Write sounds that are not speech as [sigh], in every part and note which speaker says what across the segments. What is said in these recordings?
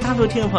Speaker 1: 大陆听众朋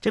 Speaker 1: 这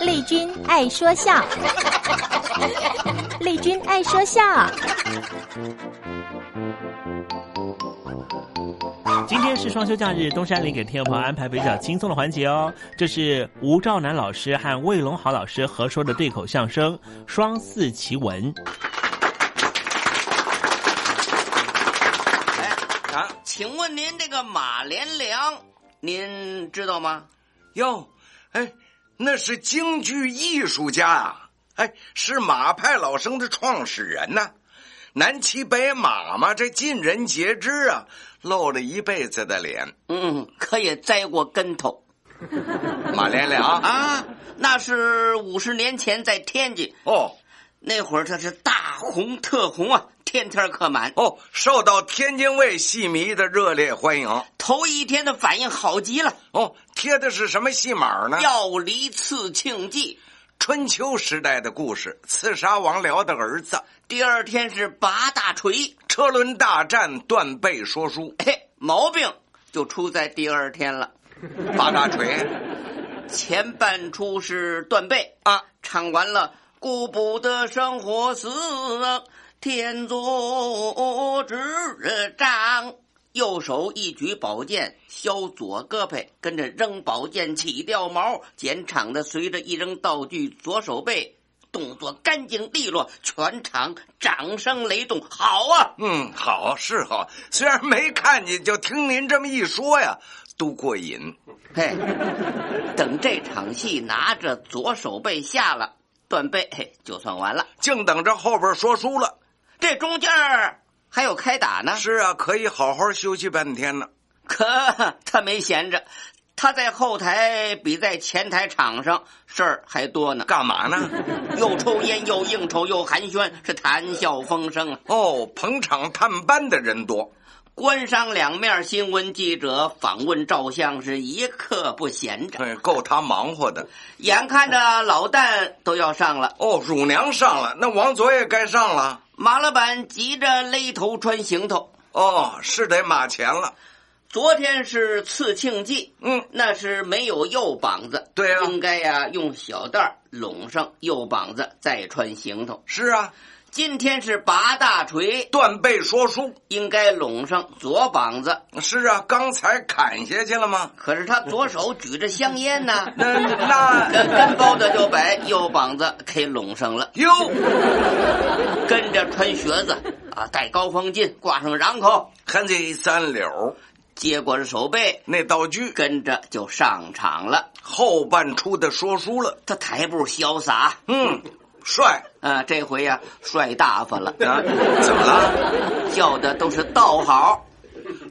Speaker 2: 丽君爱说笑，丽君爱说笑，
Speaker 1: 今天是双休假日，东山林给天友朋友安排比较轻松的环节哦。这是吴兆南老师和魏龙豪老师合说的对口相声《双四奇闻》。
Speaker 3: 哎，啊，请问您这个马连良，您知道吗？
Speaker 4: 哟，哎，那是京剧艺术家啊，哎，是马派老生的创始人呐、南骑北马嘛，这尽人皆知啊，露了一辈子的脸。
Speaker 3: 嗯，可也栽过跟头
Speaker 4: [laughs] 马连良，
Speaker 3: 啊。那是五十年前在天津，
Speaker 4: 哦
Speaker 3: 那会儿他是大红特红啊，天天客满。
Speaker 4: 哦，受到天津卫戏迷的热烈欢迎。
Speaker 3: 头一天的反应好极了，
Speaker 4: 哦，贴的是什么戏码呢？
Speaker 3: 药离刺庆记。
Speaker 4: 春秋时代的故事，刺杀王僚的儿子，
Speaker 3: 第二天是拔大锤，
Speaker 4: 车轮大战，断背说书，
Speaker 3: 嘿，毛病就出在第二天了。
Speaker 4: 八大锤。
Speaker 3: 前半出是断背
Speaker 4: 啊，
Speaker 3: 唱完了“顾不得生活死啊，天作之章”，右手一举宝剑，削左胳膊，跟着扔宝剑起掉毛，剪场的随着一扔道具左手背，
Speaker 5: 动作干净利落，全场掌声雷动，好啊！
Speaker 4: 嗯，好是好，虽然没看见，就听您这么一说呀，都过瘾。
Speaker 5: 嘿，等这场戏拿着左手背下了，断背嘿就算完了。
Speaker 4: 净等着后边说书了，
Speaker 5: 这中间还有开打呢。
Speaker 4: 是啊，可以好好休息半天呢。
Speaker 5: 可 [laughs] 他没闲着，他在后台比在前台场上事儿还多呢。
Speaker 4: 干嘛呢？
Speaker 5: [laughs] 又抽烟，又应酬，又寒暄，是谈笑风生啊。
Speaker 4: 哦，捧场探班的人多。
Speaker 5: 官商两面新闻记者访问照相是一刻不闲着，
Speaker 4: 哎，够他忙活的。
Speaker 5: 眼看着老旦都要上了，
Speaker 4: 哦，乳娘上了，那王佐也该上了。
Speaker 5: 马老板急着勒头穿行头。
Speaker 4: 哦，是得马钱了。
Speaker 5: 昨天是刺庆祭，
Speaker 4: 嗯，
Speaker 5: 那是没有右膀子，
Speaker 4: 对呀、
Speaker 5: 应该呀、用小袋儿拢上右膀子，再穿行头。
Speaker 4: 是啊，
Speaker 5: 今天是拔大锤，
Speaker 4: 断背说书。
Speaker 5: 应该拢上左膀子，
Speaker 4: 是啊，刚才砍下去了吗？
Speaker 5: 可是他左手举着香烟呢、
Speaker 4: 那那
Speaker 5: 跟跟包的就摆，右膀子给拢上了，
Speaker 4: 哟，
Speaker 5: 跟着穿靴子啊，戴高方巾，挂上瓤口，
Speaker 4: 看这三绺，
Speaker 5: 接过了手背，
Speaker 4: 那道具
Speaker 5: 跟着就上场了。
Speaker 4: 后半出的说书了。
Speaker 5: 他台步潇洒，
Speaker 4: 嗯，帅。
Speaker 5: 啊，这回呀、帅大发了
Speaker 4: 啊
Speaker 5: 啊，
Speaker 4: 怎么了？
Speaker 5: 叫的都是道好。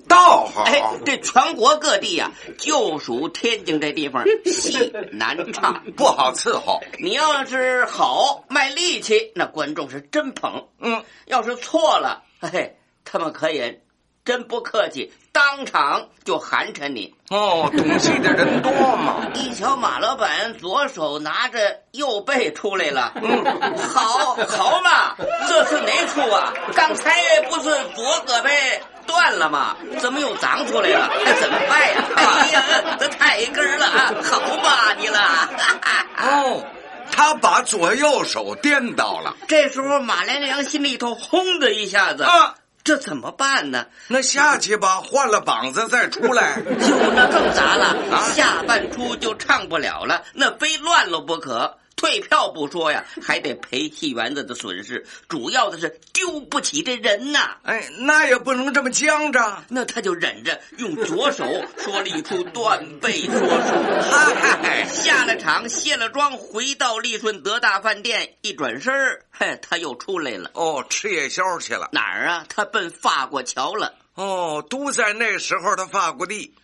Speaker 4: 道好。
Speaker 5: 哎，这全国各地呀、就属天津这地方戏难 [laughs] 唱。
Speaker 4: 不好伺候。
Speaker 5: 你要是好卖力气，那观众是真捧；
Speaker 4: 嗯，
Speaker 5: 要是错了，嘿，他们可以真不客气，当场就寒碜你。
Speaker 4: 哦，懂戏的人多嘛。
Speaker 5: 一瞧马老板左手拿着右背出来了，嗯，好好嘛，这是哪出啊？刚才不是左胳膊断了吗？怎么又长出来了？哎，怎么办呀？哎呀，这太根了啊！好嘛你了，哈哈
Speaker 4: 哦，他把左右手颠倒了。
Speaker 5: 这时候马连良心里头轰的一下子，
Speaker 4: 啊，
Speaker 5: 这怎么办呢？
Speaker 4: 那下去吧，换了膀子再出
Speaker 5: [laughs]
Speaker 4: 来。
Speaker 5: 酒呢更砸了，
Speaker 4: 啊
Speaker 5: 下半出就唱不了了，那非乱了不可。退票不说呀，还得赔戏园子的损失，主要的是丢不起这人呐。
Speaker 4: 哎，那也不能这么僵着。
Speaker 5: 那他就忍着，用左手说了一出断背说书。
Speaker 4: 嗨，
Speaker 5: 下了场，卸了妆，回到利顺德大饭店，一转身儿，嘿，他又出来了。
Speaker 4: 哦，吃夜宵去了。
Speaker 5: 哪儿啊？他奔法国桥了。
Speaker 4: 哦，都在那时候的法国地。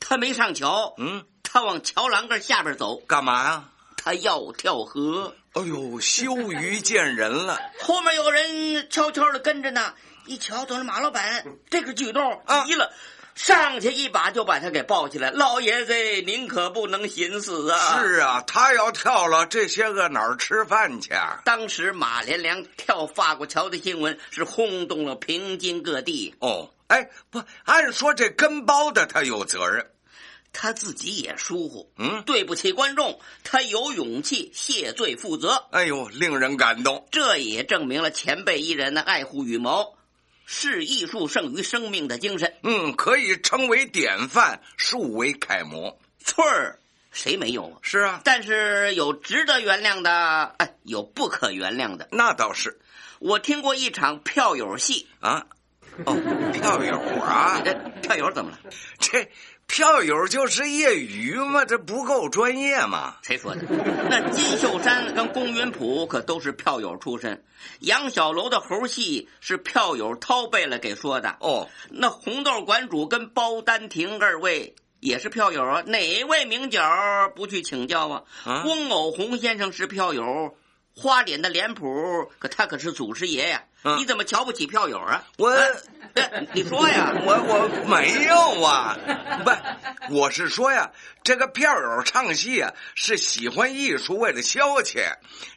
Speaker 5: 他没上桥，
Speaker 4: 嗯，
Speaker 5: 他往桥栏杆下边走，
Speaker 4: 干嘛呀？
Speaker 5: 他要跳河。
Speaker 4: 哎呦，羞于见人了。
Speaker 5: 后面有人悄悄的跟着呢，一瞧，走了马老
Speaker 3: 哎
Speaker 5: 板这个举动
Speaker 4: 啊
Speaker 5: 急了，上去一把就把他给抱起来。老爷子，您可不能寻死啊！，
Speaker 4: 是啊，他要跳了，这些个哪儿吃饭去啊？
Speaker 5: 当时马连良跳法国桥的新闻是轰动了平津各地，
Speaker 4: 哦，哎，不，按说这跟包的他有责任。
Speaker 5: 他自己也疏忽，
Speaker 4: 嗯
Speaker 5: 对不起观众，他有勇气谢罪负责，
Speaker 4: 哎呦，令人感动。
Speaker 5: 这也证明了前辈艺人的爱护羽毛，视艺术胜于生命的精神。
Speaker 4: 嗯，可以称为典范，树为楷模。
Speaker 5: 翠儿，谁没有啊？
Speaker 4: 是啊，
Speaker 5: 但是有值得原谅的，哎，有不可原谅的。
Speaker 4: 那倒是
Speaker 5: 我听过一场票友戏，
Speaker 4: 啊。哦，票友啊，
Speaker 5: 哎这票友怎么了？
Speaker 4: 这票友就是业余嘛，这不够专业嘛。
Speaker 5: 谁说的？那金秀山跟龚云普可都是票友出身，杨小楼的猴戏是票友掏贝勒给说的。
Speaker 4: 哦，
Speaker 5: 那红豆馆主跟包丹婷二位也是票友啊，哪位名角不去请教啊？
Speaker 4: 啊
Speaker 5: 翁偶红先生是票友，花脸的脸谱可他可是祖师爷呀、
Speaker 4: 嗯
Speaker 5: 你怎么瞧不起票友啊？
Speaker 4: 我
Speaker 5: 哎你说呀，
Speaker 4: 我我没有啊，不，我是说呀，这个票友唱戏啊，是喜欢艺术为了消遣；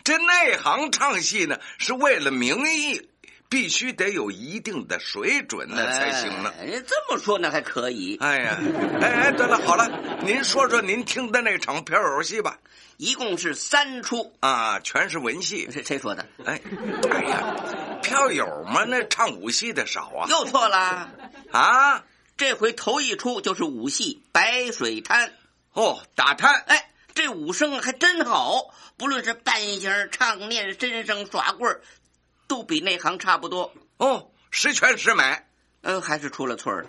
Speaker 4: 这内行唱戏呢，是为了名义，必须得有一定的水准那才行呢。
Speaker 5: 哎这么说那还可以，
Speaker 4: 哎呀，哎哎，对了，好了，您说说您听的那场票友戏吧？
Speaker 5: 一共是三出。
Speaker 4: 啊，全是文戏。
Speaker 5: 谁谁说的？
Speaker 4: 哎，哎呀，票友嘛，那唱武戏的少啊。
Speaker 5: 又错了。
Speaker 4: 啊，
Speaker 6: 哎
Speaker 5: 这回头一出就是武戏《白水滩》。
Speaker 4: 哦，打探，
Speaker 5: 哎，
Speaker 6: 这武生还真好，不论是扮相、唱念、身生、耍棍儿，都比内行差不多。
Speaker 5: 哦，十全十美。
Speaker 6: 嗯、呃，还是出了错儿，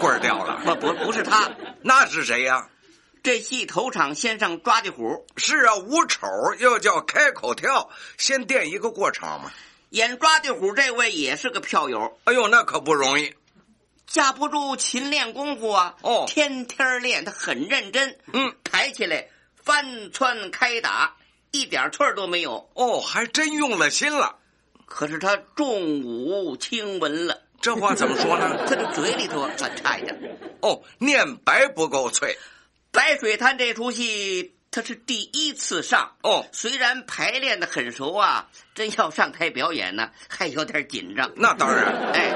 Speaker 5: 棍儿掉了。
Speaker 6: 不不不是他，
Speaker 5: 那是谁呀、啊？
Speaker 6: 这戏头场先上抓地虎。
Speaker 5: 是啊，五丑又叫开口跳，先垫一个过场嘛。
Speaker 6: 演抓地虎这位也是个票友。
Speaker 5: 哎呦，那可不容易。
Speaker 6: 架不住勤练功夫啊！
Speaker 5: 哦，
Speaker 6: 天天练，他很认真。
Speaker 5: 嗯，
Speaker 6: 抬起来翻穿开打，一点错儿都没有。
Speaker 5: 哦，还真用了心了。
Speaker 6: 可是他重武轻文了，
Speaker 5: 这话怎么说呢？
Speaker 6: [laughs] 他这嘴里头很差一点。
Speaker 5: 哦，念白不够脆。
Speaker 6: 白水滩这出戏他是第一次上。
Speaker 5: 哦，
Speaker 6: 虽然排练的很熟啊，真要上台表演呢，还有点紧张。
Speaker 5: 那当然，
Speaker 6: 哎。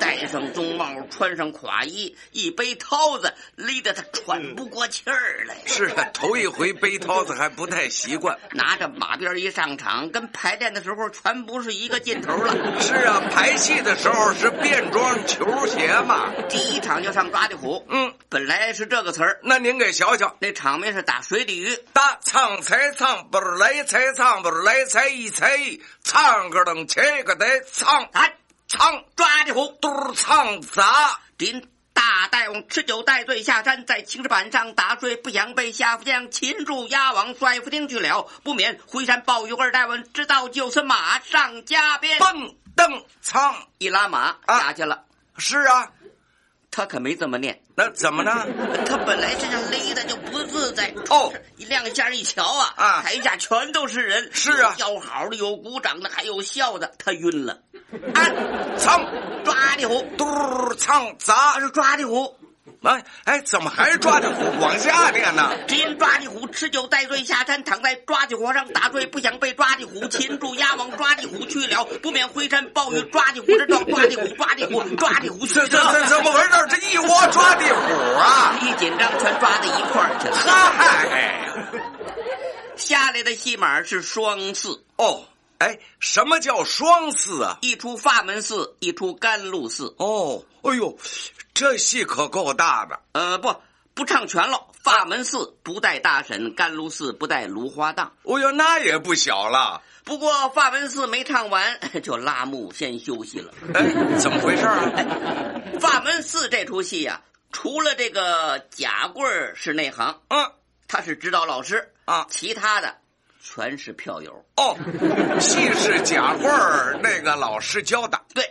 Speaker 6: 戴上棕帽，穿上垮衣，一背涛子，勒得他喘不过气儿来。
Speaker 5: 是啊，头一回背涛子还不太习惯。
Speaker 6: 拿着马鞭一上场，跟排练的时候全不是一个劲头了。
Speaker 5: 是啊，排戏的时候是便装球鞋嘛。
Speaker 6: 第一场就上抓地虎，
Speaker 5: 嗯，
Speaker 6: 本来是这个词儿。
Speaker 5: 那您给瞧瞧，
Speaker 6: 那场面是打水鲤鱼，
Speaker 5: 打唱才唱，不是来才唱，不是来才一才，唱个等切个得唱。
Speaker 6: 哎
Speaker 5: 唱
Speaker 6: 抓地虎，
Speaker 5: 嘟唱砸！
Speaker 6: 林大大王吃酒带醉下山，在青石板上打睡，不想被下夫将擒住，押往帅府厅去了，不免回山报与二大王，知道就是马上加鞭，
Speaker 5: 蹦蹬仓
Speaker 6: 一拉马下去了、啊。
Speaker 5: 是啊，
Speaker 6: 他可没这么念。
Speaker 5: 那怎么呢？
Speaker 6: 他本来身上勒的就不自在
Speaker 5: 哦，
Speaker 6: 一亮相一瞧啊，
Speaker 5: 啊，
Speaker 6: 台下全都是人，
Speaker 5: 是啊，
Speaker 6: 有叫好的，有鼓掌的，还有笑的，他晕了。
Speaker 5: 按唱
Speaker 6: 抓地虎，
Speaker 5: 啊嘟唱砸
Speaker 6: 是抓地虎。
Speaker 5: 哎哎，怎么还是抓地虎？往下念呢？
Speaker 6: 因抓地虎吃酒带醉下山，躺在抓地虎上打醉，不想被抓
Speaker 5: [laughs]
Speaker 6: 地虎擒住，押往抓地虎去了，不免回山暴雨抓地虎这道抓地虎抓地虎抓地虎。
Speaker 5: 这这这怎么回事？这一窝抓地虎啊！
Speaker 6: 一紧张全抓到一块儿去了。
Speaker 5: 嗨，
Speaker 6: 下来的戏码是双四
Speaker 5: 哦。哎，什么叫双寺啊？
Speaker 6: 一出法门寺，一出甘露寺。
Speaker 5: 哦，哎呦，这戏可够大的。
Speaker 6: 呃，不，不唱全了。法门寺不带大婶，甘露寺不带芦花荡。
Speaker 5: 哦呦，那也不小了。
Speaker 6: 不过法门寺没唱完就拉幕先休息了。
Speaker 5: 哎，怎么回事啊？
Speaker 6: 哎、法门寺这出戏呀、啊，除了这个贾贵儿是内行，
Speaker 5: 嗯，
Speaker 6: 啊他是指导老师
Speaker 5: 啊，
Speaker 6: 其他的。全是票友
Speaker 5: 哦，戏是贾慧儿那个老师教的。
Speaker 6: 对，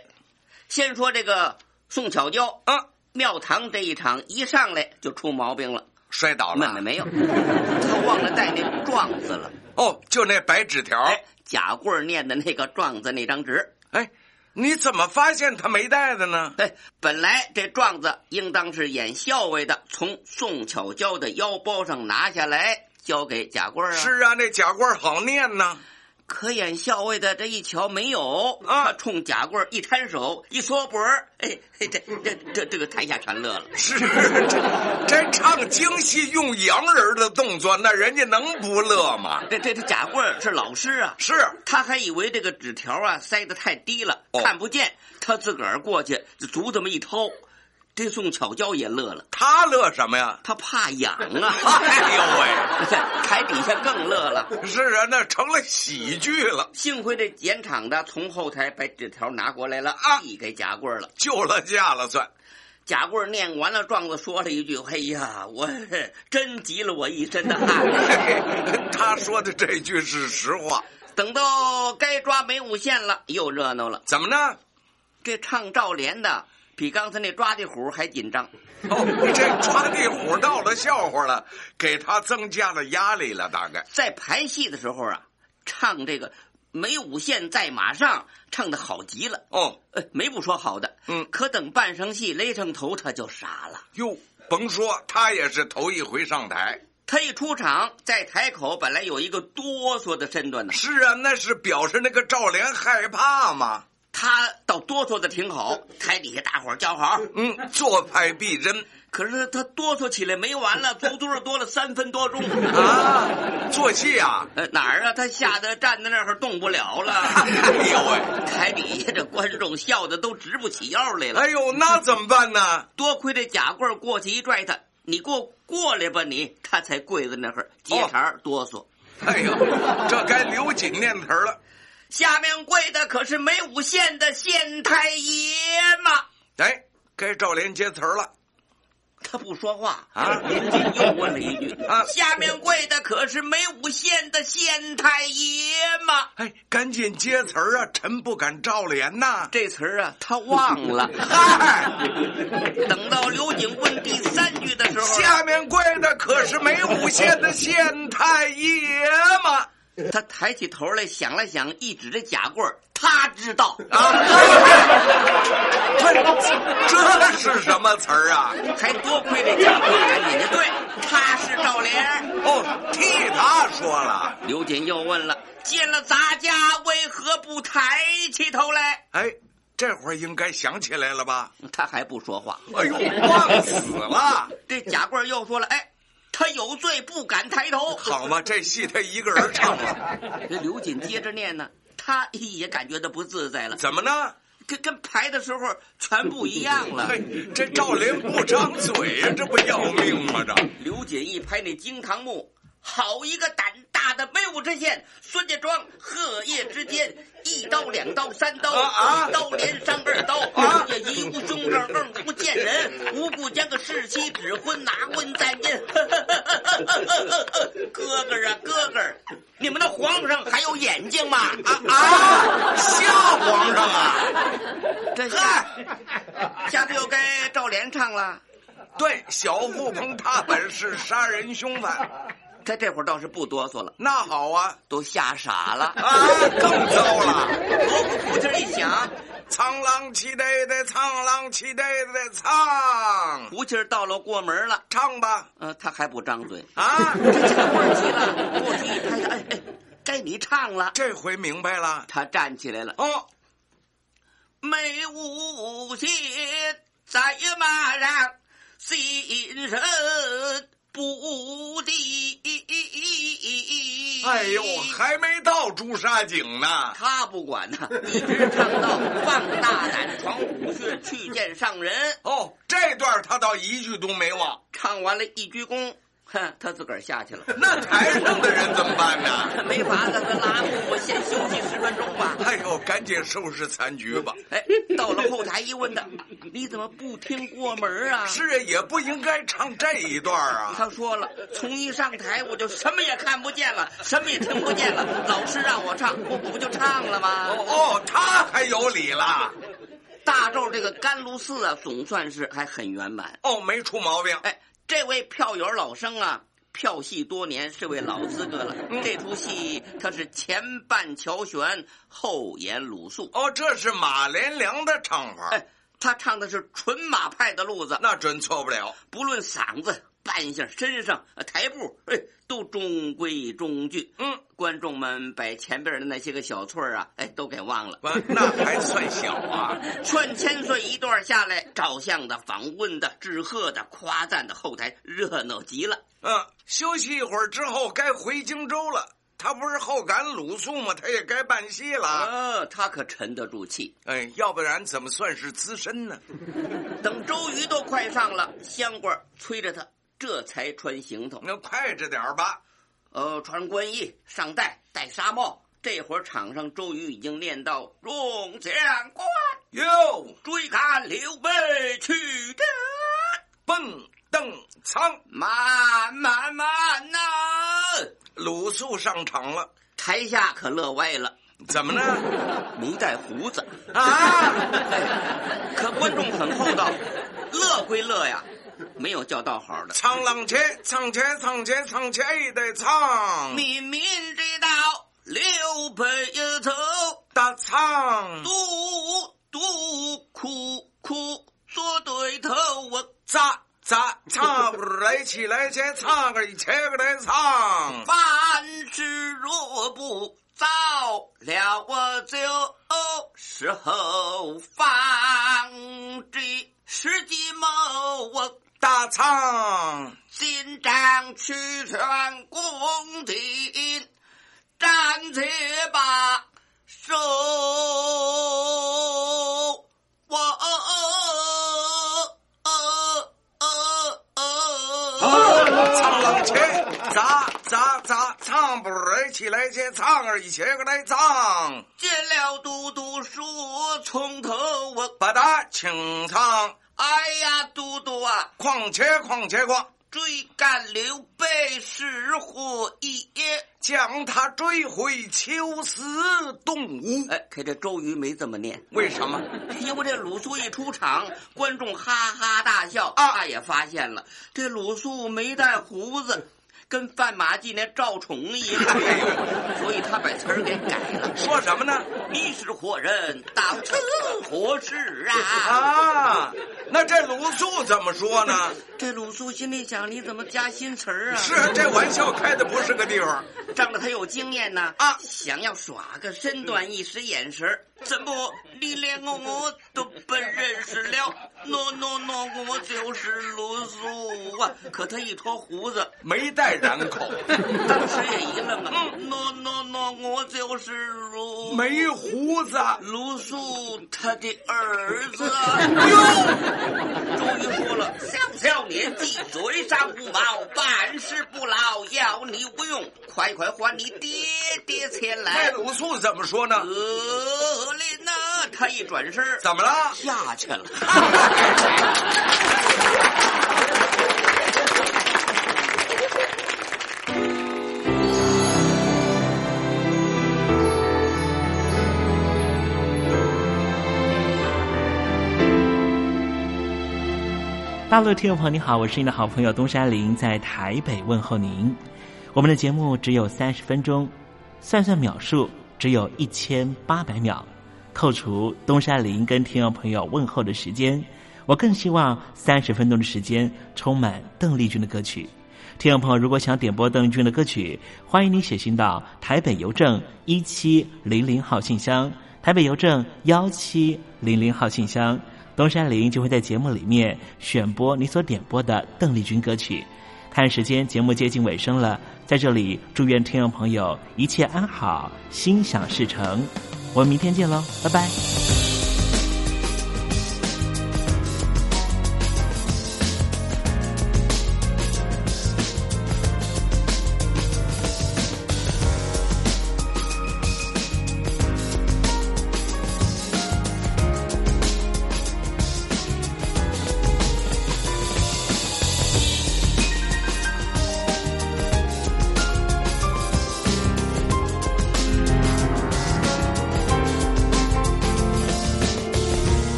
Speaker 6: 先说这个宋巧娇
Speaker 5: 啊，
Speaker 6: 庙堂这一场一上来就出毛病了，
Speaker 5: 摔倒了。
Speaker 6: 没没有，他忘了带那状子了。
Speaker 5: 哦，就那白纸条，
Speaker 6: 哎、贾贵儿念的那个状子那张纸。
Speaker 5: 哎，你怎么发现他没带的呢？
Speaker 6: 哎，本来这状子应当是演校尉的，从宋巧娇的腰包上拿下来。交给贾贵儿啊！
Speaker 5: 是啊，那贾贵儿好念呢。
Speaker 6: 可演校尉的这一瞧没有
Speaker 5: 啊，
Speaker 6: 哦他冲贾贵儿一摊手，一缩脖儿，哎，这这这这个台下全乐了。
Speaker 5: 是这这唱京戏用洋人的动作，那人家能不乐吗？
Speaker 6: 这这这贾贵儿是老师啊，
Speaker 5: 是
Speaker 6: 他还以为这个纸条啊塞得太低了、
Speaker 5: 哦，
Speaker 6: 看不见，他自个儿过去足这么一掏。这宋巧娇也乐了，
Speaker 5: 她乐什么呀？
Speaker 6: 她怕痒啊！
Speaker 5: [laughs] 哎呦喂，
Speaker 6: [laughs] 台底下更乐了。
Speaker 5: 是啊，那成了喜剧了。
Speaker 6: 幸亏这演场的从后台把纸条拿过来了啊，递给贾贵了，
Speaker 5: 救了驾了算。”
Speaker 6: 贾贵念完了，状子说了一句：“哎呀，我真急了我一身的汗。
Speaker 5: 他说的这句是实话。
Speaker 6: 等到该抓梅五线了，又热闹了。
Speaker 5: 怎么呢？
Speaker 6: 这唱赵连的。比刚才那抓地虎还紧张，
Speaker 5: 哦，这抓地虎闹了笑话了，给他增加了压力了，大概
Speaker 6: 在排戏的时候啊，唱这个梅五线在马上唱的好极了，
Speaker 5: 哦，
Speaker 6: 呃，没不说好的，
Speaker 5: 嗯，
Speaker 6: 可等扮上戏勒上头他就傻了，
Speaker 5: 哟，甭说他也是头一回上台，
Speaker 6: 他一出场在台口本来有一个哆嗦的身段呢，
Speaker 5: 是啊，那是表示那个赵连害怕嘛。
Speaker 6: 他倒哆嗦的挺好，台底下大伙儿叫好，
Speaker 5: 嗯，做派必争。
Speaker 6: 可是他哆嗦起来没完
Speaker 1: [laughs]
Speaker 6: 了，足足的多了三分多钟
Speaker 5: 啊！做戏啊？
Speaker 6: 呃，哪儿啊？他吓得站在那儿动不了
Speaker 1: [laughs]
Speaker 6: 了。
Speaker 5: 哎呦
Speaker 1: 啊
Speaker 5: 喂！
Speaker 6: 台底下这观众笑的都直不起腰来了。
Speaker 5: 哎呦，那怎么办呢？
Speaker 6: 多亏这贾贵过去一拽他，
Speaker 3: 你给我过来吧你！”他才跪在那儿接
Speaker 1: 哦
Speaker 3: 茬哆嗦。
Speaker 1: 哎呦，这该刘瑾念词儿了。
Speaker 3: 下面跪的可是没五线的县太爷嘛！
Speaker 1: 哎，该赵连接词儿了。
Speaker 3: 他不说话
Speaker 1: 啊！
Speaker 3: 连锦哎又问了一句：“
Speaker 1: 啊
Speaker 3: 下面跪的可是没五线的县太爷嘛？”
Speaker 1: 哎，赶紧接词儿啊！臣不敢赵连呐。
Speaker 3: 这词儿啊，他忘
Speaker 1: [laughs]
Speaker 3: 了。
Speaker 1: 嗨，
Speaker 3: 等到刘瑾问第三句的时候，啊
Speaker 1: 下面跪的可是梅武县的县太爷嘛。
Speaker 3: 他抬起头来想了想，一指这假棍儿，他知道
Speaker 1: 啊，这这是什么词儿啊？
Speaker 3: 还多亏这假棍儿赶紧就对，他是赵连。
Speaker 1: 哦，替他说了。
Speaker 3: 刘瑾又问了：“见了咱家为何不抬起头来
Speaker 1: 哎，这会儿应该想起来了吧？？”
Speaker 3: 他还不说话。
Speaker 1: 哎呦，忘死了！
Speaker 3: 这假棍儿又说了：“哎，他有罪不敢抬头。”
Speaker 1: 好嘛，这戏他一个人唱了，
Speaker 3: [laughs] 这刘瑾接着念呢，他也感觉到不自在了，
Speaker 1: 怎么呢？
Speaker 3: 跟跟排的时候全不一样
Speaker 1: [laughs]
Speaker 3: 了。
Speaker 1: 嘿，这赵林不张嘴呀，这不要命吗？这
Speaker 3: 刘瑾一拍那惊堂木，好一个胆大的威武之县！孙家庄、荷叶之间，一刀、两刀、三刀，
Speaker 1: 啊啊
Speaker 3: 一刀连伤二刀，
Speaker 1: 啊
Speaker 3: 也一无凶证，二无见人，无故将个世妻指婚，拿婚在阴。哥哥啊，哥哥，你们的皇上还有眼睛吗？啊啊，笑皇上啊！这嗨，下次又该赵连唱了。
Speaker 1: 对小户鹏他本是杀人凶犯，
Speaker 3: 他这会儿倒是不哆嗦了。
Speaker 1: 那好啊
Speaker 3: 都吓傻了
Speaker 1: 啊，更糟了。
Speaker 3: 锣鼓鼓劲儿一响，
Speaker 1: 苍啷起得得，苍啷起得得，苍
Speaker 3: 胡琴儿到了过门了，
Speaker 1: 唱吧
Speaker 3: 呃，他还不张嘴，
Speaker 1: 啊！
Speaker 3: 这下棍儿急了，过去一拍他，哎哎，该你唱了。
Speaker 1: 这回明白了
Speaker 3: 他站起来了，
Speaker 1: 哦，
Speaker 3: 没无心在马上，心神不定。
Speaker 1: 哎呦，还没到朱砂井呢，
Speaker 3: 他不管呐，一直唱到放大胆闯虎穴，去见上人。
Speaker 1: 哦，这段他倒一句都没忘，
Speaker 3: 唱完了一鞠躬，哼，他自个儿下去了。
Speaker 1: 那台上的人怎么办呢？
Speaker 3: [laughs] 没法子，他拉我先休息十分钟吧。
Speaker 1: 哎呦，赶紧收拾残局吧！
Speaker 3: 哎，到了后台一问他，你怎么不听过门啊？
Speaker 1: 是啊，也不应该唱这一段啊。
Speaker 3: 他说了，从一上台我就什么也看不见了，什么也听不见了。老师让我唱，我不就唱了吗？
Speaker 1: 哦，他还有理了。
Speaker 3: 大咒这个甘露寺啊，总算是还很圆满。
Speaker 1: 哦，没出毛病。
Speaker 3: 哎，这位票友老生啊，票戏多年，是位老资格了。这出戏他是前半乔玄，后演鲁肃。
Speaker 1: 哦，这是马连良的唱法，
Speaker 3: 哎，他唱的是纯马派的路子，
Speaker 1: 那准错不了。
Speaker 3: 不论嗓子、扮相、身上、呃台步，哎，都中规中矩。
Speaker 1: 嗯，
Speaker 3: 观众们把前边的那些个小错儿啊，哎，都给忘了。
Speaker 1: 完，那还算小啊。
Speaker 3: 劝千岁一段下来，照相的、访问的、致贺的、夸赞的，后台热闹极了。
Speaker 1: 嗯，休息一会儿之后该回荆州了。他不是后赶鲁肃吗？他也该办戏了。
Speaker 3: 啊，他可沉得住气。
Speaker 1: 哎，要不然怎么算是资深呢？
Speaker 3: 等周瑜都快上了，香官催着他，这才穿行头。
Speaker 1: 那快着点儿吧。
Speaker 3: 呃，穿官衣，上带，戴纱帽。这会儿场上，周瑜已经练到众将官
Speaker 1: 哟，
Speaker 3: 追赶刘备去战，
Speaker 1: 蹦蹬仓，
Speaker 3: 慢慢慢呐、
Speaker 1: 鲁肃上场了，
Speaker 3: 台下可乐歪了，
Speaker 1: 怎么呢？
Speaker 3: 没带胡子，
Speaker 1: [laughs] 啊，
Speaker 3: 哎可观众很厚道，乐归乐呀，没有叫道好的。
Speaker 1: 苍啷切，苍切，苍切，苍切，得苍，
Speaker 3: 明明知道刘备走。
Speaker 1: 大苍，
Speaker 3: 独独苦苦做对头，我
Speaker 1: 咋咋 [laughs] 唱不来起来切，唱个一切个来唱，
Speaker 3: 凡事若不早了，我就时候放这十计谋，我
Speaker 1: 大苍。
Speaker 3: 进帐去全宫廷，暂且把手
Speaker 1: 呃
Speaker 3: 我。
Speaker 1: 呃
Speaker 4: 起来见唱儿，一起来个来唱。
Speaker 3: 见了嘟嘟说，从头我
Speaker 4: 把它请唱。
Speaker 3: 哎呀，嘟嘟啊，
Speaker 4: 况且况且况，
Speaker 3: 追赶刘备是火也，
Speaker 4: 将他追回秋思动物。
Speaker 3: 哎，可这周瑜没这么念，
Speaker 4: 为什么？
Speaker 3: 因为这鲁肃一出场，观众哈哈大笑。
Speaker 4: 啊
Speaker 3: 他也发现了，这鲁肃没带胡子，跟范马季那赵崇一
Speaker 4: [laughs]
Speaker 3: 样，所以他把词儿给改了。
Speaker 4: 说什么呢？
Speaker 3: 你是活人，当
Speaker 4: [laughs]
Speaker 3: 成活事啊！
Speaker 4: 啊，那这鲁肃怎么说呢？
Speaker 3: [laughs] 这鲁肃心里想：你怎么加新词儿啊？
Speaker 4: 是啊这玩笑开的不是个地方。
Speaker 3: [laughs] 仗着他有经验呐
Speaker 4: 啊嗯
Speaker 3: 想要耍个身段，一时眼神儿，怎么你连我都不认识了？no no no，我就是鲁肃啊！可他一脱胡子，
Speaker 4: 没带染口，
Speaker 3: 当时也一愣啊，no no no，我就是鲁
Speaker 4: 没胡子，
Speaker 3: 鲁肃他的儿子。哟，哎终于说了，小小年纪嘴上无毛，办事不牢，要你无用，快快还你爹爹钱
Speaker 4: 那
Speaker 3: 来。
Speaker 4: 鲁肃怎么说呢？
Speaker 3: 呃林呐，他一转身
Speaker 4: 怎么了？
Speaker 3: 下去了。
Speaker 1: 大陆的听众朋友，你好，我是你的好朋友东山林，在台北问候您。我们的节目只有三十分钟，算算秒数只有一千八百秒，扣除东山林跟听众朋友问候的时间，我更希望三十分钟的时间充满邓丽君的歌曲。听众朋友，如果想点播邓丽君的歌曲，欢迎您写信到台北邮政一七零零号信箱，台北邮政幺七零零号信箱，东山林就会在节目里面选播你所点播的邓丽君歌曲。看时间，节目接近尾声了，在这里祝愿听众朋友一切安好，心想事成。我们明天见喽，拜拜。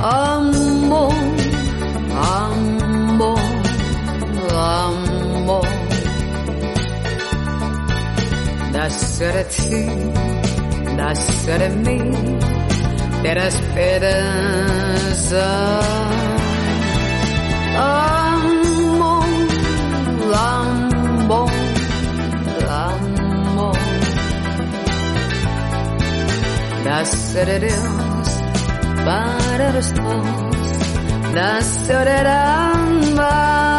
Speaker 7: Amor, amor, amor. Nascer a ti, nascer a mim, ter a esperança. Amor, amor, amor. Nascer a Deus para los dos, nacer el alma.